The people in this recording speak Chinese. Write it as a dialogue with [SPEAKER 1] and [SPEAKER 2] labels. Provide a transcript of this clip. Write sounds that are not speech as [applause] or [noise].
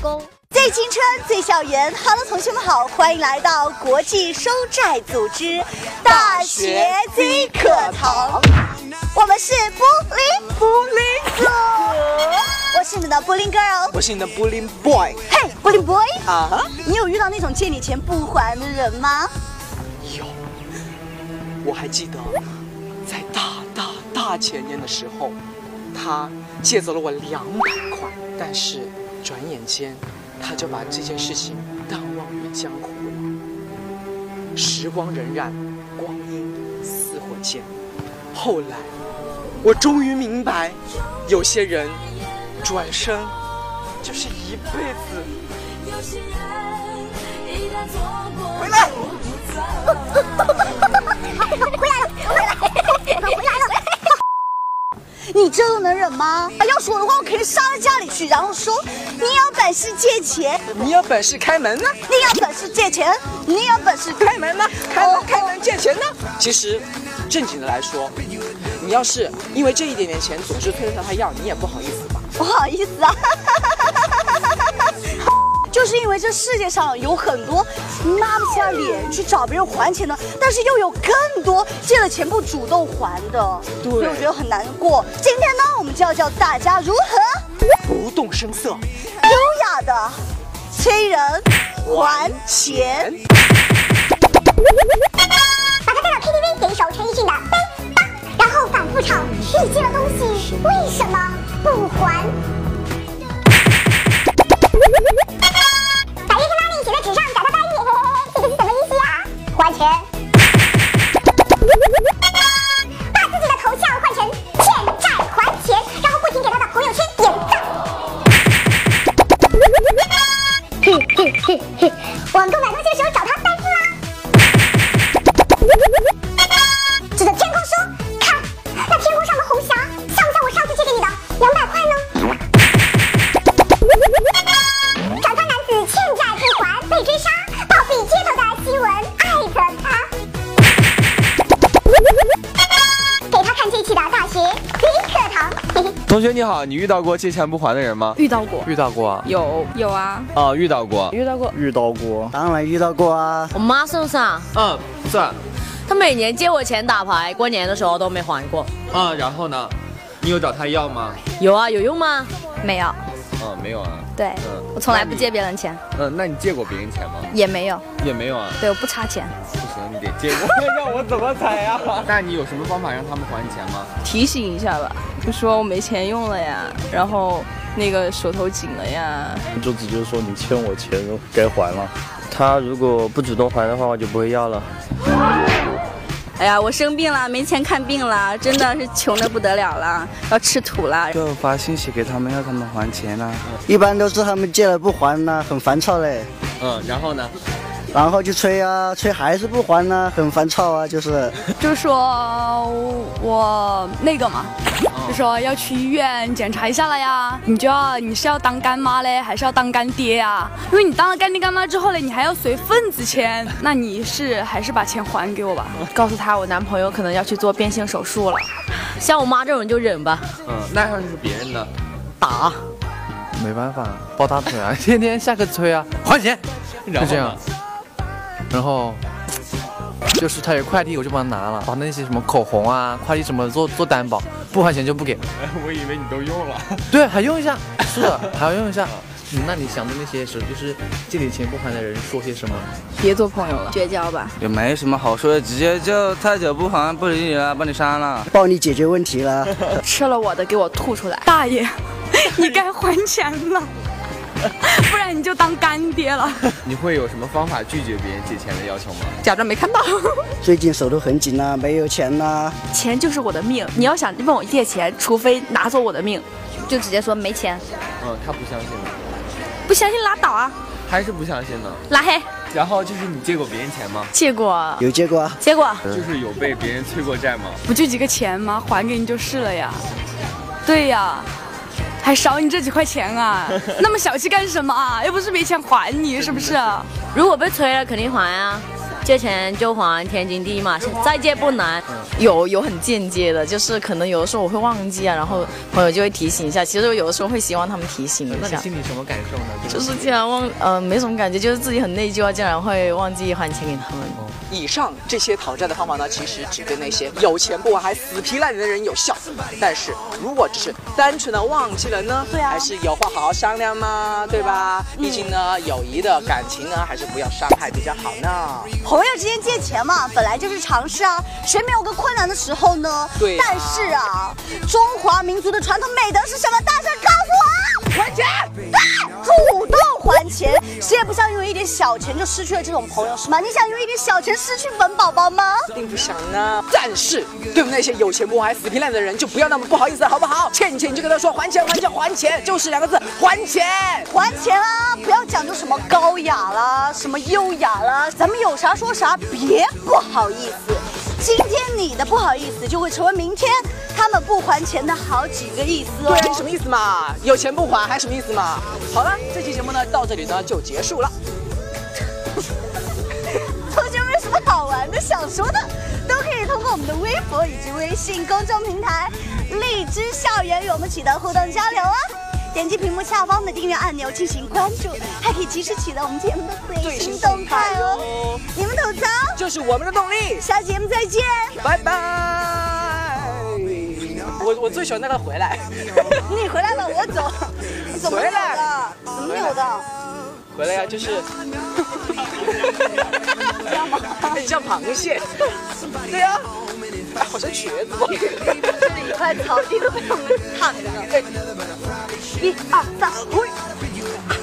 [SPEAKER 1] 工。
[SPEAKER 2] 最青春，最校园，Hello，同学们好，欢迎来到国际收债组织大学 Z 课堂，我们是布林布林组，我是你们的布林 girl，
[SPEAKER 1] 我是你的 Bullying Boy
[SPEAKER 2] 嘿，布林 boy，
[SPEAKER 1] 啊哈，
[SPEAKER 2] 你有遇到那种借你钱不还的人吗？
[SPEAKER 1] 有，我还记得，在大大大前年的时候，他借走了我两百块，但是转眼间，他就把这件事情淡忘于江湖了。时光荏苒，光阴似火箭。后来，我终于明白，有些人转身就是一辈子。
[SPEAKER 3] 有些人一旦错过，
[SPEAKER 1] 回来
[SPEAKER 3] 就不再了。
[SPEAKER 2] [laughs] 你这都能忍吗？啊要是我的话，我肯定杀到家里去，然后说你有本事借钱，
[SPEAKER 1] 你有本事开门啊呢、
[SPEAKER 2] 你有本事借钱，你有本事
[SPEAKER 1] 开门呢、开
[SPEAKER 2] 哦
[SPEAKER 1] 门开门借钱呢、其实，正经的来说，你要是因为这一点点钱总是推着他要，你也不好意思吧？
[SPEAKER 2] 不好意思啊， [laughs] 就是因为这世界上有很多拉不下脸去找别人还钱的，但是又有更多借了钱不主动还的，
[SPEAKER 1] 对
[SPEAKER 2] 所以我觉得很难过。今天呢，我们就要教大家如何
[SPEAKER 1] 不动声色
[SPEAKER 2] 优雅的催人还钱。
[SPEAKER 4] 把它带到 KTV 给一首陈奕迅的《当当》，然后反复唱：“你借了东西，为什么不还？”把月天妈咪写在纸上，找到翻译，嘿嘿嘿，这个是什么意思啊？还钱。把自己的头像换成欠债还钱，然后不停给他的朋友圈点赞。嘿嘿嘿嘿，我们购买东西的时候找他单字啦、指着天空说：“看，那天空上的红霞，像不像我上次借给你的两百块呢？”长发男子欠债不还，被追杀，暴毙街头的新闻，艾特他。给他看这期的大学黑课堂，嘿嘿。
[SPEAKER 5] 同学你好，你遇到过借钱不还的人吗？
[SPEAKER 6] 遇到过，
[SPEAKER 5] 遇到过啊、
[SPEAKER 6] 有有啊，
[SPEAKER 5] 遇到过。
[SPEAKER 6] 遇到过。
[SPEAKER 7] 遇到过，当然遇到过啊。
[SPEAKER 8] 我妈算不算啊？
[SPEAKER 5] 嗯，算。
[SPEAKER 8] 她每年借我钱打牌，过年的时候都没还过。
[SPEAKER 5] 啊、然后呢？你有找他要吗？
[SPEAKER 8] 有啊，有用吗？
[SPEAKER 6] 没有，
[SPEAKER 5] 嗯，没有啊。
[SPEAKER 6] 对
[SPEAKER 5] 嗯
[SPEAKER 6] 我从来不借别人钱，
[SPEAKER 5] 嗯，那你借过别人钱吗？
[SPEAKER 6] 也没有，
[SPEAKER 5] 也没有啊。
[SPEAKER 6] 对，我不差钱。
[SPEAKER 5] 不行，你得借我，让我怎么猜啊？ [laughs] 那你有什么方法让他们还你钱吗？
[SPEAKER 9] 提醒一下吧，就说我没钱用了呀，然后那个手头紧了呀，
[SPEAKER 7] 就直接说你欠我钱，该还了。
[SPEAKER 10] 他如果不主动还的话，我就不会要了。
[SPEAKER 9] 哎呀，我生病了，没钱看病了，真的是穷的不得了了，要吃土了。
[SPEAKER 10] 就发信息给他们，要他们还钱啊。
[SPEAKER 7] 一般都是他们借了不还呢、很烦躁嘞。
[SPEAKER 5] 嗯，然后呢？
[SPEAKER 7] 然后就催啊，催还是不还呢、很烦躁啊，就是。
[SPEAKER 9] 就说我那个嘛，就说呃要去医院检查一下了呀。你就要你是要当干妈嘞，还是要当干爹呀？因为你当了干爹干妈之后嘞，你还要随份子钱，那你是还是把钱还给我吧。
[SPEAKER 6] 告诉他我男朋友可能要去做变性手术了，
[SPEAKER 8] 像我妈这种就忍吧，
[SPEAKER 5] 嗯，那要是别人呢？
[SPEAKER 8] 打。
[SPEAKER 10] 没办法，抱大腿啊， [laughs] 天天下课催啊，还钱，
[SPEAKER 5] 然后
[SPEAKER 10] 就这
[SPEAKER 5] 呢
[SPEAKER 10] 样？。然后就是他有快递，我就帮他拿了，把那些什么口红啊、快递什么的做做担保，不还钱就不给。
[SPEAKER 5] [laughs] 我以为你都用了。
[SPEAKER 10] 对，还用一下，是 [laughs] 的，还要用一下。嗯那你想对那些时候就是借你钱不还的人说些什么？
[SPEAKER 9] 别做朋友了，绝交吧。
[SPEAKER 10] 也没什么好说的，直接就太久不还，不理你了，把你删了。
[SPEAKER 7] 帮你解决问题了，
[SPEAKER 6] 吃了我的给我吐出来。大爷，
[SPEAKER 9] [laughs] 你该还钱了， [laughs] 不然你就当干爹了。
[SPEAKER 5] 你会有什么方法拒绝别人借钱的要求吗？
[SPEAKER 6] 假装没看到。
[SPEAKER 7] 最近手头很紧呐、没有钱呐、
[SPEAKER 6] 钱就是我的命，你要想问我借钱，除非拿走我的命，就直接说没钱，
[SPEAKER 5] 嗯，他不相信呢，
[SPEAKER 6] 不相信拉倒啊，
[SPEAKER 5] 还是不相信呢？
[SPEAKER 6] 拉黑。
[SPEAKER 5] 然后就是你借过别人钱吗？
[SPEAKER 6] 借过，
[SPEAKER 7] 有结果啊。
[SPEAKER 6] 结果
[SPEAKER 5] 就是有被别人催过债吗？
[SPEAKER 9] 不就几个钱吗？还给你就是了呀。对呀，还少你这几块钱啊？那么小气干什么啊？又不是没钱还你，是不是？
[SPEAKER 8] 如果被催了，肯定还啊。借钱就还，天经地义嘛，再借不难。
[SPEAKER 7] 嗯
[SPEAKER 8] 有有很间接的，就是可能有的时候我会忘记啊，然后朋友就会提醒一下。其实我有的时候会希望他们提醒一
[SPEAKER 10] 那你
[SPEAKER 8] 下，
[SPEAKER 10] 心里什么感受呢？
[SPEAKER 8] 就是竟然忘，呃，没什么感觉，就是自己很内疚啊，竟然会忘记还钱给他们。
[SPEAKER 1] 以上这些讨债的方法呢，其实只对那些有钱不还还死皮赖脸的人有效。但是如果只是单纯的忘记了呢，对啊，嗯还是有话好好商量嘛，对吧？毕竟呢，友谊的感情呢，还是不要伤害比较好呢。
[SPEAKER 2] 朋友之间借钱嘛，本来就是常事啊，谁没有个困难的时候呢？
[SPEAKER 1] 对啊
[SPEAKER 2] 但是啊，中华民族的传统美德是什么？大声告诉我！还钱！主动还钱，谁也不想因为一点小钱就失去了这种朋友，是吗？你想因为一点小钱失去本宝宝吗？
[SPEAKER 1] 并不想呢，但是对付那些有钱不还死皮赖脸的人，就不要那么不好意思了，好不好？欠你钱你就跟他说还钱，还钱，还钱，就是两个字，还钱。
[SPEAKER 2] 还钱啦，不要讲究什么高雅啦，什么优雅啦，咱们有啥说啥，别不好意思。今天你的不好意思，就会成为明天他们不还钱的好几个意思哦。
[SPEAKER 1] 对，什么意思嘛？有钱不还还什么意思嘛？好了，这期节目呢到这里呢就结束了。
[SPEAKER 2] 同学们有什么好玩的、想说的，都可以通过我们的微博以及微信公众平台“荔枝校园”与我们取得互动交流哦。点击屏幕下方的订阅按钮进行关注，还可以及时取得我们节目的最新动态哦。你们吐槽，
[SPEAKER 1] 就是我们的动力。
[SPEAKER 2] 下期节目再见。
[SPEAKER 1] 拜拜。
[SPEAKER 2] 哎
[SPEAKER 1] 我我最喜欢那个回来，
[SPEAKER 2] 你回来了，我走。怎么扭
[SPEAKER 1] 回来
[SPEAKER 2] 的？怎么扭的？
[SPEAKER 1] 回来呀、就是 [laughs]
[SPEAKER 2] 知道吗？
[SPEAKER 1] 很像螃蟹。对呀、哎，好像瘸子哦。
[SPEAKER 2] 这里一
[SPEAKER 1] [laughs]
[SPEAKER 2] 块草地都被我们躺着。一二三，嘿。啊